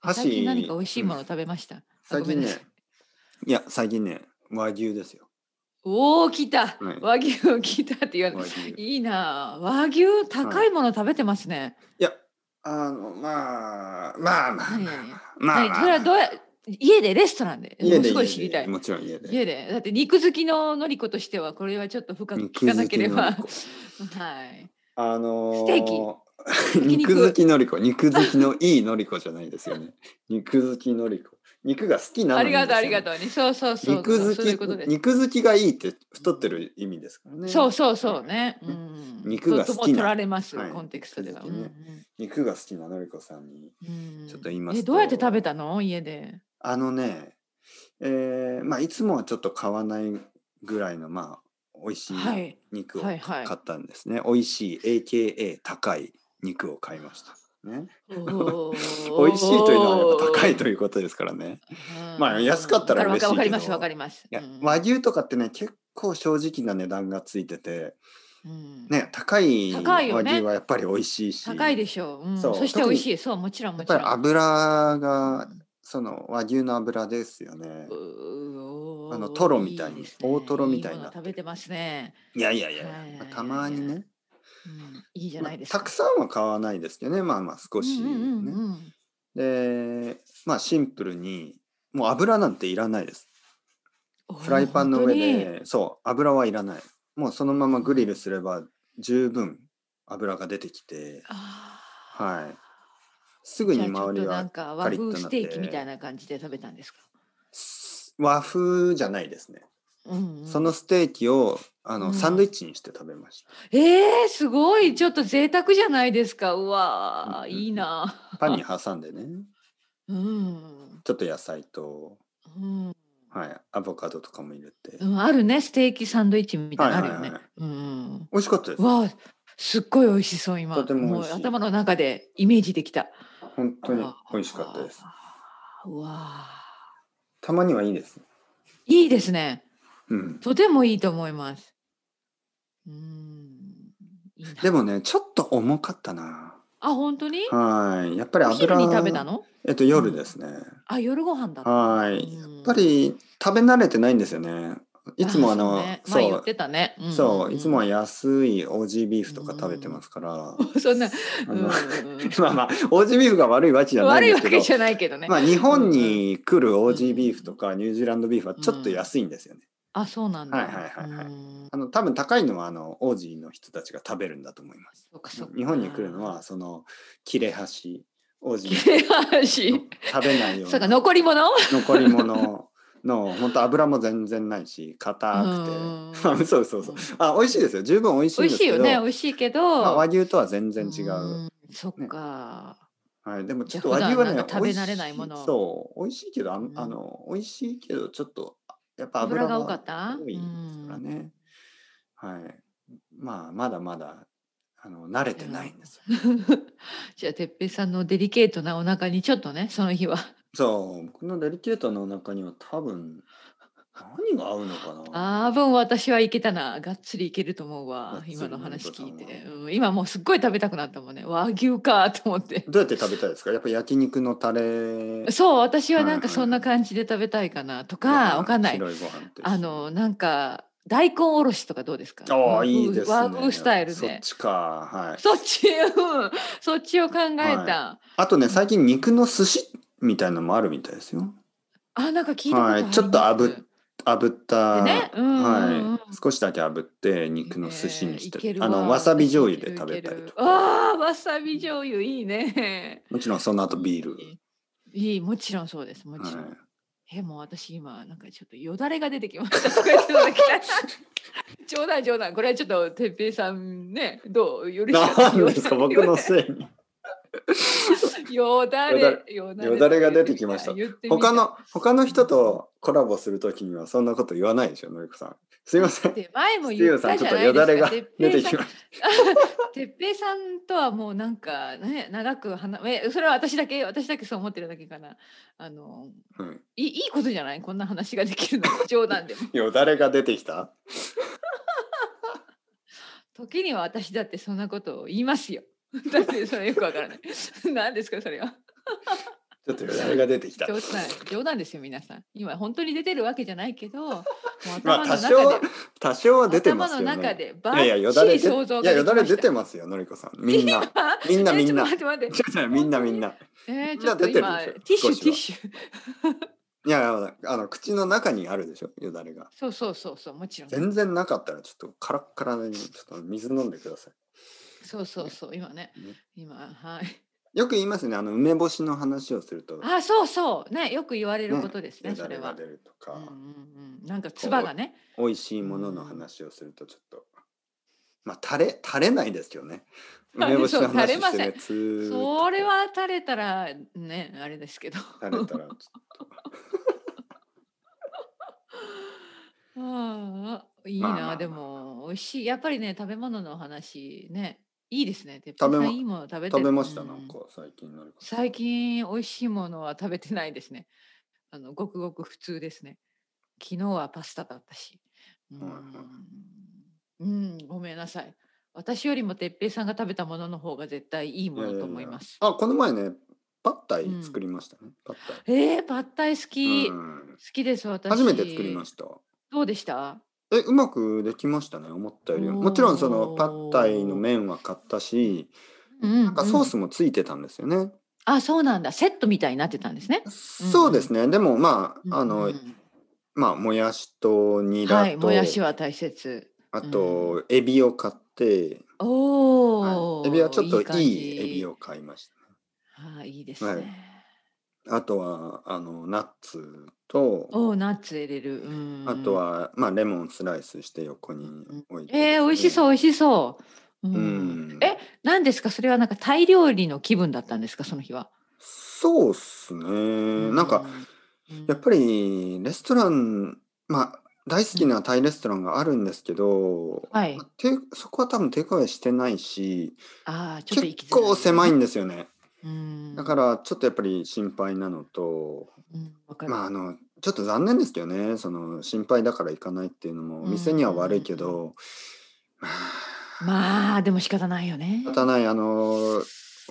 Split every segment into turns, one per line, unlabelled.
箸
最近何か美味しいものを食べました。あ
最
ごめ
近
んな
ね
さい。
いや最近ね和牛ですよ
おお、来た。
はい
和牛を来たって言わ
和
れ
牛
て。いいなあ。和牛高いもの食べてますね。
いやあのまあまあまあ
何何
まあ
何それはどうや家でレストランで。
家で
もうすごい
家で
知りたい。
もちろん家で
家でだって肉好きののりことしてはこれはちょっと深く聞かなければは
肉好きのりこ
い
あのー、
ステーキひき肉
肉好きのりこ肉好きのいいのりこじゃないですよね 肉好きのりこ肉が好きなの
あ
に
り
ですよ
が
ね
とうありがとうねそうそうそう
肉
そういうこ
好
と
き
です
肉好きがいいって太ってる意味ですからね
そうそうそうね、うん、
肉が好きな
とも取られます、
はい
コンテクストでは、
肉好きね肉が好きなのりこさんに
うんうんうん
ちょっと言いますと
えどうやって食べたの家で
あのねえー、まあいつもはちょっと買わないぐらいのまあ美味しい
はい
肉を
は
買
いはい
ったんですね、美味しい AKA 高い肉を買いましたね
美
美味し
味
いというのはやっぱ高いということですからねまあ安かったら嬉しいけど
わかりますわかります
いや
うん
和牛とかってね結構正直な値段がついてて
うん
ね高い
高
和
いよね
牛はやっぱり美味しいし
高いでしょう、うん、
そ
そうして美味しいそうもちろん
や
も
っ
ち
ぱ
ろ
り
ん
油がその和牛の油ですよねあ
あ
のトロみたいに大トロみたいになってる
食べてますね。
いやいやいやいや
はいはいはいはい
たまにね
うんいいじゃないです
まあた
か。
くさんは買わないですけどねまあまあ少し、ね
うんうんうんうん
でまあシンプルにもう油なんていらないです
お
フライパンの上
本
でそう油はいらないもうそのままグリルすれば十分油が出てきて
当にあー
はいすぐに
じゃあちょ
周
っ
り
となん
は
か
カ
和
リッとなっ
風
て
ステーキみたいな感じで食べたんですか。
す和風じゃないですね、
うんうん
そのステーキをあの、
うん
サンドイッチにして食べまし
えー、すごいちょっと贅沢じゃないですか。うわ
うん
ー
うん
いいな。
たパンに挟んでね
うん、
ちょっと野菜と、
うん
はい、アボカドとかも入れて、
うん、あるねステーキサンドイッチみたいなのあるよ
はい
ね
はいは。
うんうん
美味しかったです
わあすっごい美味しそう今
とても美
う
味しい
頭の中でイメージできた。
本当に美味しかったです
あー。うわあ
たまにはいいですね
いいですね。
うん
とてもいいと思います。うーん。いいな
でもねちょっと重かったな
あ本当に？
はいやっぱり
お昼
油
に食べたの？
えっと夜ですね、
あ夜ご飯だった。
はい
うん
やっぱり食べ慣れてないんですよねいつもあの
ーそうね、前
そ
言っ
う
てたね。ん
そういつもは
ん
安いオージービーフとか食べてますから、
そんな、
あ
うん
の
うんうん
まあまあオージービーフが悪いわけじゃない
悪
ん
い
で
わ
すけ
け
ど
じゃないけどね。
まあ日本に来るオージービーフとかニュージーランドビーフはちょっと安いんですよね。
あそうなんだ。
はいはいはいはいう
ーん
あの多分高いのはあのオージーの人たちが食べるんだと思います。
そうかそうか。
日本に来るのはその切れ端オージー
切れ
の
端。
食べないよう
そうか
な
残り物？
残り物の本当油も全然ないし硬くて
うん
まあ 嘘嘘嘘あ美味しいですよ十分美味しいん
美
です
味しい
け
よ
ど、
ね美味しいけど、
まあ、和牛とは全然違う、
ん。そっか。
はい、でもち
じ
ょっ
ゃあ
と和牛はね
普段なんか食べ慣れないも
美
の
味しいそう美味しいけどあ,、ん
う、ん
あの美味しいけどちょっとやっぱ
油
油
が多かった。
多いですからね、はいまあまだまだあの慣れてないんですよ、
うん じゃあてっぺいさんのデリケートなお腹にちょっとねその日は。
そう僕のデリケートの中には多分何が合うのかな
ああ分私はいけたながっつりいけると思う
がっ
わ
つり
今の話聞い
の
て
りこ、
うん今もうすっごい食べたくなったもんね和牛かと思って。
どうやって食べたいですかやっぱ焼肉のタレ
そう私はなん
はいは
か
い
そんな感じで食べたいかなと
ご
か、
飯
わかんない
白いご飯と一緒に
あのなんか大根おろしとかどうですか
あ
和
あ
風
いいですね
和風スタイル
そっ
で
ちかはい
そっち、うん、そっちを考えた、
はあとね最近肉の寿司みたいのもあるみたいですよ
あなんか聞いたこと
は
あ
い
ります
ちょっと炙っ
で
炙った、
ね、うんうんうん
はい、少しだけ炙って肉の寿司にして、
えーいける
あ
わ
のわさび醤油で食べた
い
り
けるい
と
ける
か
あーわさび醤油いいね
もちろんその後ビール、
いいもちろんそうですも
は
ち
い
ろん、えもう私今なんかちょっとよだれが出てきましたとか言ってたんだけど 冗談冗談これはちょっとてっぺいさんねどうよ り
なんですか僕のせいに
よだれ
よだれ
よ
よだれが出てきました
言ってみ
他の他の人とコラボするときにはそんなこと言わないでしょのりこさんすいませんステ
で前も
ィ
言
ー
っ
ブさ
た
んち
じ
ょっ
ゃ
と
な
よ
いで
だ
す
れ
か
が
てっ
出
ぺ
て
いさ
き
ん
ました
てっぺいさんとはもうなんかね長く話えそれは私だけ私だけそう思ってるだけかなあの
うん
いいいことじゃないこんな話ができるの冗談でも
よだれが出てきた
時には私だってそ んなことを言いますよだってそれよくわからない何ですかそれは
ちょっとよだれが出てきた。
冗談冗談ですよ皆さん今本当に出てるわけじゃな いけどもう
まあ
頭
多
の中
少
で、
は多少は出てま
頭
す
の
よ
中
ね。
でバ
いやいやよ
ッ
だ
チ
れ
リ
出
想像
い
が
や
で
よ
きま
だ
した
れ出てますよのりこさん。みんなみんな
え
み
ち
ん
ょっと
な。
待って待って
違う違うみんなみんな。
えー、
みん
ちょ
な
っと
出てるでしょ
今ティッシュ
少しは
ティッシュ
いやいやあの口の中にあるでしょよだれが。
そうそうそうそうもちろん
全然なかったらちょっとカラッカラにちょっと水飲んでくださ
そうそうそう今ね
ね
今はい
い。よく言いますねあの梅干しの話をすると。
あそうそうねよく言われる
ね
ことですね
よだ
それ
れが
は、
出ると
う
か、
んうんうん、なんか唾がね
美味しいものの話をするとちょっと、まあ垂れ垂れないですよ ね
垂れ
梅干しの話し
そう
て
垂れ
ね
ま
つーっと
それは垂れたらねあれですけど
垂れたら
ああいいな、
まあまあまあ
でも美味しいやっぱりね食べ物の話ねいいですねてっ
食べま
ぺんさんいいもの食 べて
食べました
うん
なんか最近のりこさん
最近美味しいものは食べてないですねあのごくごく普通ですね昨日はパスタだったしうん、
はいはい
うん、ごめんなさい私よりもてっぺいさんが食べたものの方が絶対いいも
や
の
や
と
や
思います
あこの前ねパッタイ
うん
作りましたね、パッタイ、
えー、パッタイ好き、
う
好
ん、
きです私
初めて作りました
どうでした
えうまくできましたね思ったよりももちろんその
おー
パッタイの麺は買ったし
な
なんかソースもついてたんですよね、
あそうなんだセットみたいになってたんですね。
そうですねでもまああの、
うんうん
まあもやしとニラと、
はいもやしは大切。
あと、エビを買って、
おお、
はいエビはちょっと
感
い
じ
いエビを買いまし
はいいいですね。
はいた。あとは、あの、ナッツと、
おおナッツ入れる。うん
あと。は、まあ、レモンスライスして横に置いて、
えー、美味しそう美味しそう。う。
うんん。
え何ですかそれはなんかタイ料理の気分だったんですかその日は。
そうっすね。なんか、
うん、
やっぱり、レストラン、まあ、大好きなタイレストランがあるんですけど、
はい
まあテイそこは多分テイクアウェイしてないし、
ああちょっと行き
結
づら
構狭いん
だ。
ですよね。
うん。
だから、ちょっとやっぱり心配なのと、
うんわかる。
まああのちょっと残念ですけどねその心配だから行かないっていうのもお店には悪いけ
うんう
ど、ま
まあでも仕方ないよね。
あ仕方ないあの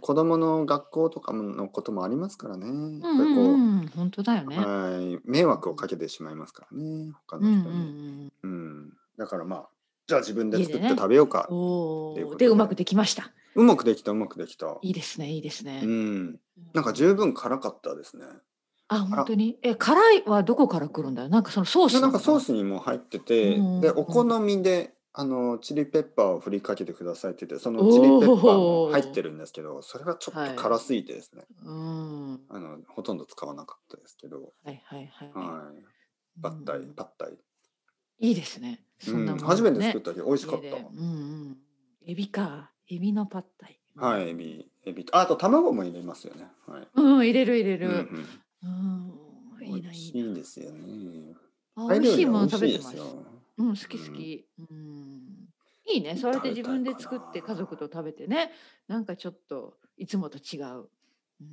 子供の学校とかのこともありますからね、
う
や
ん
っぱりこう
うんうん本当だよね。
はい迷惑をかけてしまいますからね他
う
の
ん
人に、う
う
ん
うん。
んだからまあじゃあ自分で作っ
家で
て
ね
食べようか、
お
というこ
お、
と
で
で
うまくできました。
うまくできたうまくできた
いいですね、いいですね。
うんなんか十分辛かったですね
あ、本当に。え、辛いはどこから来るんだよ。なんかそのソー
で
ス
なんかソー
ス。
スにも入ってて、
うんうんうん
でお好みであのチリペッパーを振りかけてくださいって言ってその
おー
チリペッパーも入ってるんですけどそれがちょっ
はい
と辛すぎてですね、
うん。は
あのほとんど使わなかったですけど、
いはいはい。
はい、パッタイ、
うん
パッタイ、
いいですね。そんな
うん
もん
初めて作っ
ね
たけど美味しかっ
家
た
でうんうん。エビか。エビのパッタイ。
はいエ。ビエビとああと卵も入れますよねはい、
うん、入れる入れ
うんう
る。
ん
うん。いい
美
な
味
い
し
いない
ですよね。
あ
タイ
美
料
味しい
理
も
は
の
美
食
味しい
べて
で
ますす
よ。。
うん、好き好き。うん。いいね。そうやって自分で作って家族と食べてね。なんかちょっといつもと違う。うん。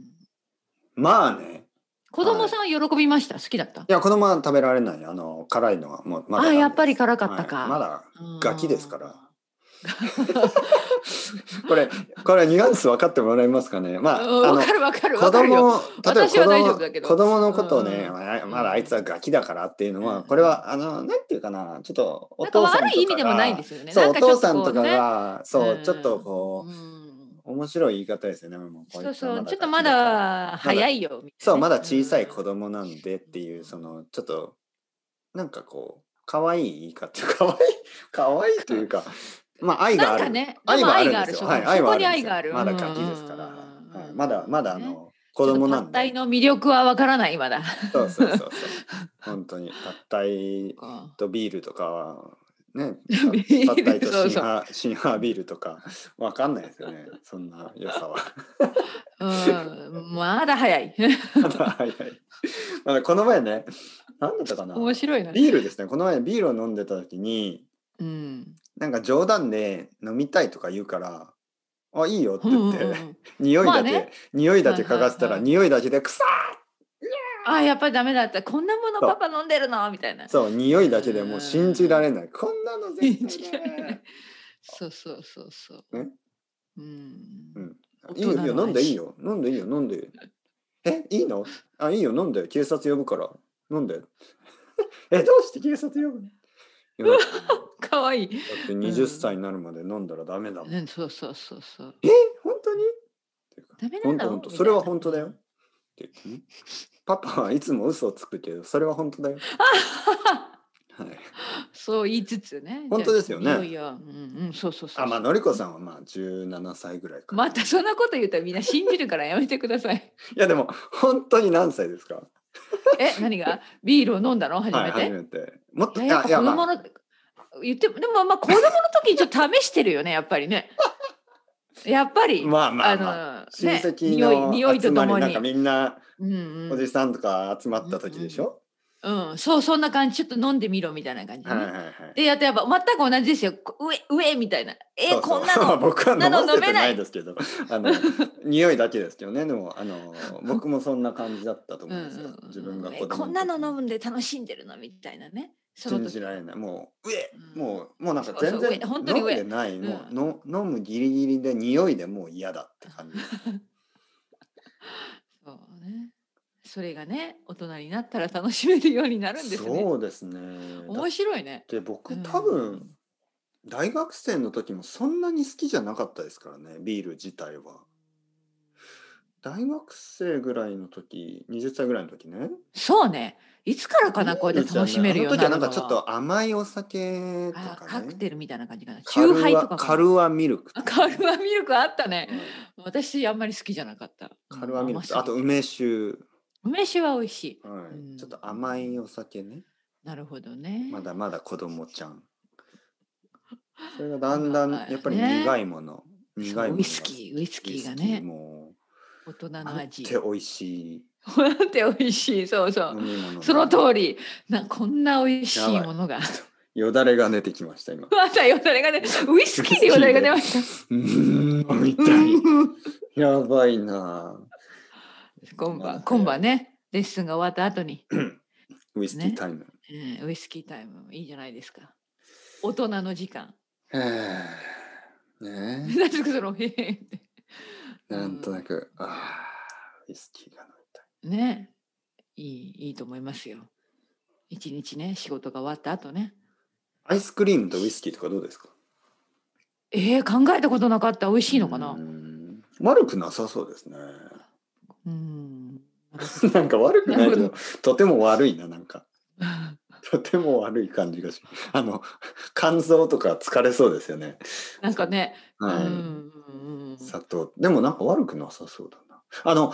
まあね。
子供さん喜びました、好きだった
いや子供は食べられないあの辛いのはもうまだ
あ
なんです
やっぱり辛かったか
はいまだ
うん
ガキですからこれ、これニュアンス分かってもらえますかね。まあ、あ
うんわ
の
か。るわかるわ
子
かるよ
供、例えば
私
子
は大丈夫だけ
供
ど
子供のことをね、
うん
まあまだあいつはガキだからっていうの
う
は、
ん
これは、あの、なんていうかな、ちょっとお
なんか
父さんとかが。
悪い意味でもないんですよね
そう、
な
お
かちょ
父
っ
さん
こと
か
ね
が、そうう、
ん
ちょっとこう、
うん
面白い言い方ですよね。もうこいつ
そ
は
うそうち
ガ
ょっと
キ
ま
から
だ早いよみたいなね
そう、まだ小さい子供なんでっていうう、
ん
その、ちょっと、なんかこう、可愛い言い方、可愛い、可愛いというか、まあ、愛があ
なんか
る。
ね
愛はある
でも
ん
愛
です
が
よ。
あ
はい、
るそ
愛
こ
はあるん
に
で
愛
す
がある
よ。まだガキですから。
うん
はい、まだまだあ
ね
の子供なん
ちょっとパッタイ
で。
の魅力はわからない まだ
そうそうそうそう。本当にパッタイ
うん
とビールとかはね、
ビール
パッタイと
そう
シ
そ
ン
う
ハーシンハービールとかわかんないですよね。そんな良さは。
うんまだ早い
まだ早い。まだこの前ね、なんだったかな。
面白いな
ビールですね。この前ビールを飲んでた時に、
うん
なんか冗談で飲みたいとか言うから。あいいよって
うんう
言
ん
って、
うん
匂いだけ、
まあね
匂いだけ嗅がせたら、
はいはいはい
匂いだけで臭っ
あやっぱりダメだったこんなものパパ飲んでるのみたいな
そう匂いだけでもう信じられないこんなの 絶対ダメ
そうそうそうそう
ね
うん
うん
大
いいよ
人
いいよ
の
飲んでいい
味
よ飲んでいいよ飲んでえいいのあいいよ飲んで警察呼ぶから飲んで えどうして警察呼ぶのいやだって
かわいい。
だって20歳になるまで飲んだらダメだもん、
うん、そうそうそうそう。
え本当にっていうか
ダメな
本
んだ
当
ろ
本当それは本当だよっ。て言ってねパパはいつも嘘をつくけどそれは本当だよ
みたいな
はい
そう言いつつね。
本当ですよね
じゃあいよいよ、うんうん、そうそうそうそう。
あまあのりこさんはまあ17歳ぐらいか
またそんなこと言ったらみんな信じるからやめてくださ い。
いやでも本当に何歳ですか
え、何がビールを飲んだの初
はい
め
初
て。
めてもっと
いややっぱ
い
子
やま
供
あ
の、言ってもでもまあ子供の時にちょっと試してるよねやっぱり ね。やっぱり、
まあまあまあ
の
親
ね
戚
匂い匂
の
いと
集
と
まり
も
なん
に
か。みんな
うんう
おじ
ん
さんとか集まった時でしょ、
うん、そうそんな感じちょっと飲んでみろみたいな感じ、ね
はいはいはい
でやっとやっぱ全く同じですよこ上上みたいな
そう
え
そう
こんな
まあ
の
僕は飲
なの
ませて
飲めない
ないですけどあの匂いだけですけどねでもあの僕もそんな感じだったと思うんですよ、
うん
自分が子
え
供
こんなの飲
む
むんで楽しんでるのみたいなねその
信
時
じられないもう
うん
もうもうなんか
そうそ
全
う
然
上本当に
飲ん
上
でない、も
う
うんの飲むギリギリで匂いでもう嫌だって感じ
そうねそれがね大人になったら楽しめるようになるんですね
そうですねだっ
面白いね
て僕
うん
多分、大学生の時もそんなに好きじゃなかったですからねビール自体は大学生ぐらいの時20歳ぐらいの時ね
そうねいつからかなこうやって楽しめるようにな
あの
る
時
の
はなんかちょっと甘いお酒と
あ
か
カク
ね
テルみたいな感じかなチ
カ
ュー
ル
ハイと
アカ
かかな
ルアミルクと
あ
か
カルアミルクあった
う
ね
ん
私あんまり好きじゃなかった
カルアミル
うん甘
ク
す
と
ぎ
あと梅酒
梅酒は美味しい
は
うん
いちょっと甘いお酒ね
なるほどね
まだまだ子供ち ゃんそれがだんだんやっぱり苦いもの苦い
そ
も
う
の
ウイスキーウイスキーがね
も
大人
う
の
あって
味
美味しい
なんて 美味しいそうそう
飲み物
その通りなこんな美味しいものが
よだれが出てきました今
またよだれがねウイスキーで よだれが出ました
うーんみた いやばいな
今晩今晩ねレッスンが終わった後に、
ウイスキータイム、
うんウイスキータイムいいじゃないですか大人の時間
へえねえ
なんかそのへーって
なんとなく、ああ、ウイスキーが飲みたい。
ねいいいいと思いますよ一日ね仕事が終わった後ね
アイスクリームとウイスキーとかどうですか
えー、考えたことなかった美味しいのかな
うー
うん
ん悪くなさそうですね。
ん
なんか悪くないけ
なる
ど、とても悪いな、なんか。 とても悪い感じがしあの、肝臓とか疲れそうですよね。
なんかね、
はい。
うんうんうん
砂糖。でもなんか悪くなさそうだな。あの、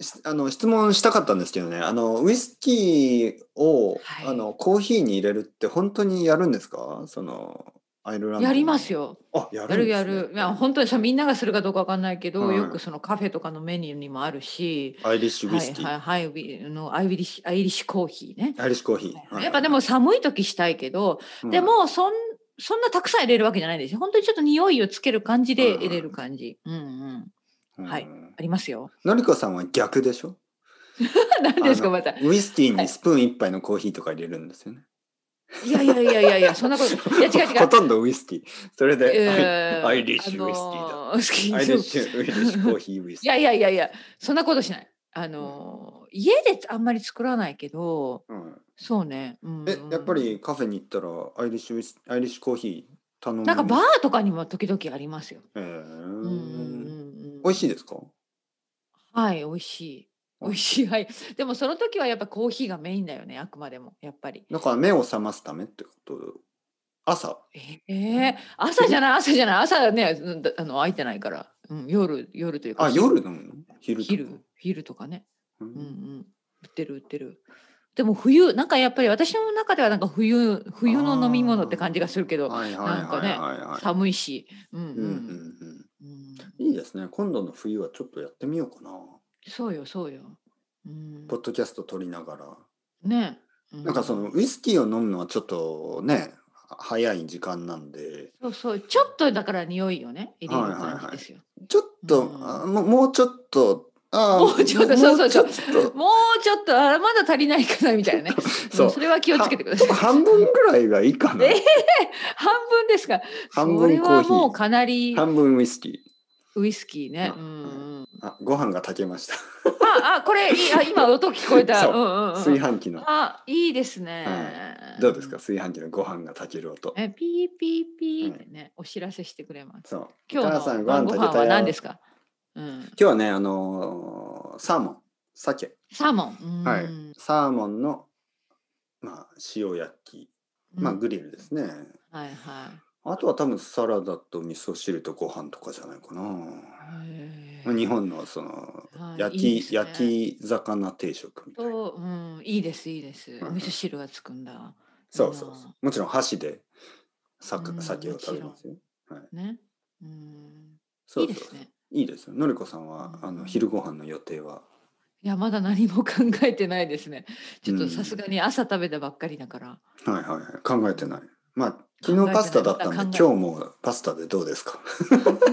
しあの質問したかったんですけどね、あのウイスキーを、
はい
あのコーヒーに入れるって本当にやるんですか？そのアイルランドの。
やりますよ
あ、や
や
るんで
る
す
や
ね、
るいや本当にさみんながするかどうかわかんないけど、
はい
よくそのカフェとかのメニューにもあるし
アイリッシュウイ
はい
スキー、
はいはいウィのアイリッシュアイリッシュコーヒーね、
アイリッシュコーヒー。はい
やっぱで、も寒い時したいけど、
うん
で、もそんそんなたくさん入れるわけじゃないですよ本当にちょっと匂いをつける感じで
うん
入れる感じ、うんうん、
うん
はい。ありま すよ
のりこさんは逆でしょ？
何です
あ
か
の
また
ウイスキーにスプーン一杯のコーヒーとか入れるんですよね。
いやいやいやいやいやそんなこといや違う違う
ほとんどウイスキー。それで、
えー
アイリッシュウイスキーだ
あのー好き
アイリッシュウイスキーコーヒーウイス
い
キー。
やいやいやいや、そんなことしない。あのー、家であんまり作らないけど、
うん
そうね。うん
えやっぱりカフェに行ったらアイリッシュウイスアイリッシュコーヒー頼む
なんかバーとかにも時々ありますよ。
え
うんうんうんうん
美味しいですか
はい、美味しい。美味しい。はい。でもその時はやっぱコーヒーがメインだよね、あくまでも。やっぱり。
だから目を覚ますためってこと朝
えー、朝じゃない、朝じゃない。朝ね、うんだあの空いてないから。うん、夜、夜というか。
あ夜飲むの昼とか
昼、昼とかね。
う
うんうんん、売ってる売ってる。でも冬なんかやっぱり私の中ではなんか冬冬の飲み物って感じがするけど
はいはいはい
なんか
はい
ね
はい
寒いし、うん
うんうん
うん
うんいいですね今度の冬はちょっとやってみようかな
そうよそうよ。うん
ポ、ッドキャスト撮りながら
ね、う
なんかそのウイスキーを飲むのはちょっとね早い時間なんで
そうそうちょっとだから匂いをね入れる
はいはい
感
はい
じですよ。
ちょっと、
うん
あもうもうちょっとあー
もうちょっとそうそうそう
もちょっと
もうちょっとあまだ足りないかなみたい なね。
そう
うんそれは気をつけてください。
半分ぐらいがいいかな。
え 半分ですか。
半
そ
分
れ
コー
は
ヒ
もう
ー。
かなり
半分ウイスキー。
ウイスキーね。
う
うんんうん。
あ、ご飯が炊けました。
あああこれいいあ今音聞こえた。
そ
うん
う
うんうん
炊飯器の
あいいですね。
どうですか炊飯器のご飯が炊ける音
えピーピーピーってね、お知らせしてくれます。
そう
今日
お
の
母さんご
晩
飯
ご
炊
飯
けた
は
よ
何ですか。うん、
今日はねあのーサーモン鮭
サーモン。
はい
うん
サーモンのまあ塩焼きまあ
うん
グリルですね、
はいは
あとは多分サラダと味噌汁とご飯とかじゃないかな。
いへ
日
ー。
本のその
はい
焼き
いいですね
焼き魚定食みたいな。
とうんいいですいいです。
ん
お味噌汁がつくんだ。
そうそうそう
いいな
もちろん箸でさ
うん
酒を食べますよ。
ね。うん。
そ
いいう
そ
で
う
すね。
いいですよ。のりこさんは、
うん
あの昼ご飯の予定は。
いやまだ何も考えてないですね。ちょっ
う
と
ん
さすがに朝食べたばっかりだから。
はいはいはい考えてない。まあ
考え
昨
てな
日
い
パスタだったん
まだ考
で
え
今日もパスタでどうですか。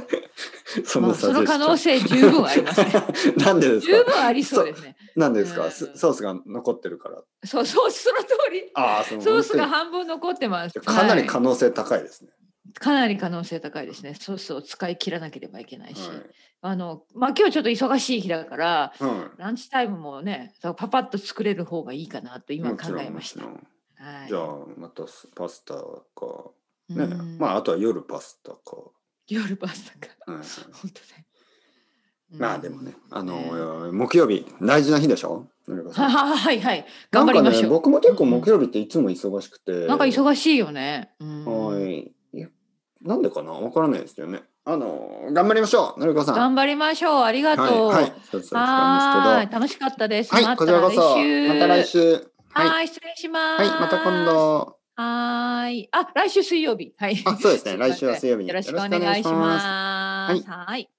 そ
ま
の
あ
サ
そ
ジ
の
ェ
可能
ス
性十分ありますね。
チョン。 なんでです
十
か。
分ありそうですね。
なんでですか。
うん
スソースが残ってるから。
そうそうその通り。
ああその
ソースが半分残ってます。
かなり
は
可能性高いですね。
いかなり可能性高いですね。ソースを使い切らなければいけないし、
はい
あのまあ今日ちょっと忙しい日だから。
は
ランチタイムもね、そうパパッと作れる方がいいかなと
い。
今
もち
考
ろ
え
ん
ま
も
し
ち
た
ろ。ん。
はい
じゃあまたスパスタか。ね、
うん
まああとは夜パスタか。
夜パスタか。
うん
本当だようん
まあでもね、あの、木曜日大事な日でしょ。のりこさ
は
ん
ははいはい。頑張りま
なんか
し
ね
ょ
僕も結構木曜日っていつも忙しくて。
う。なんか忙しいよね。うん
はい。いやなんでかなわからないですよね。あの頑張りましょうのりこさん。
頑張りましょう。ありがとう。
はいはい。そうそう
は
な
ー
ん
い
です
楽しかったです。
けど。は
ま
い、こ
た
ちらこ
来
そ。
週。
また来。週。はい。
はい、失礼しま
は
す。
い、また今。度。
はーい。あ、来週水曜日。はい。
あそうですね来週は水曜日に
よろしくお願いします。
よろしくお願いし
はい。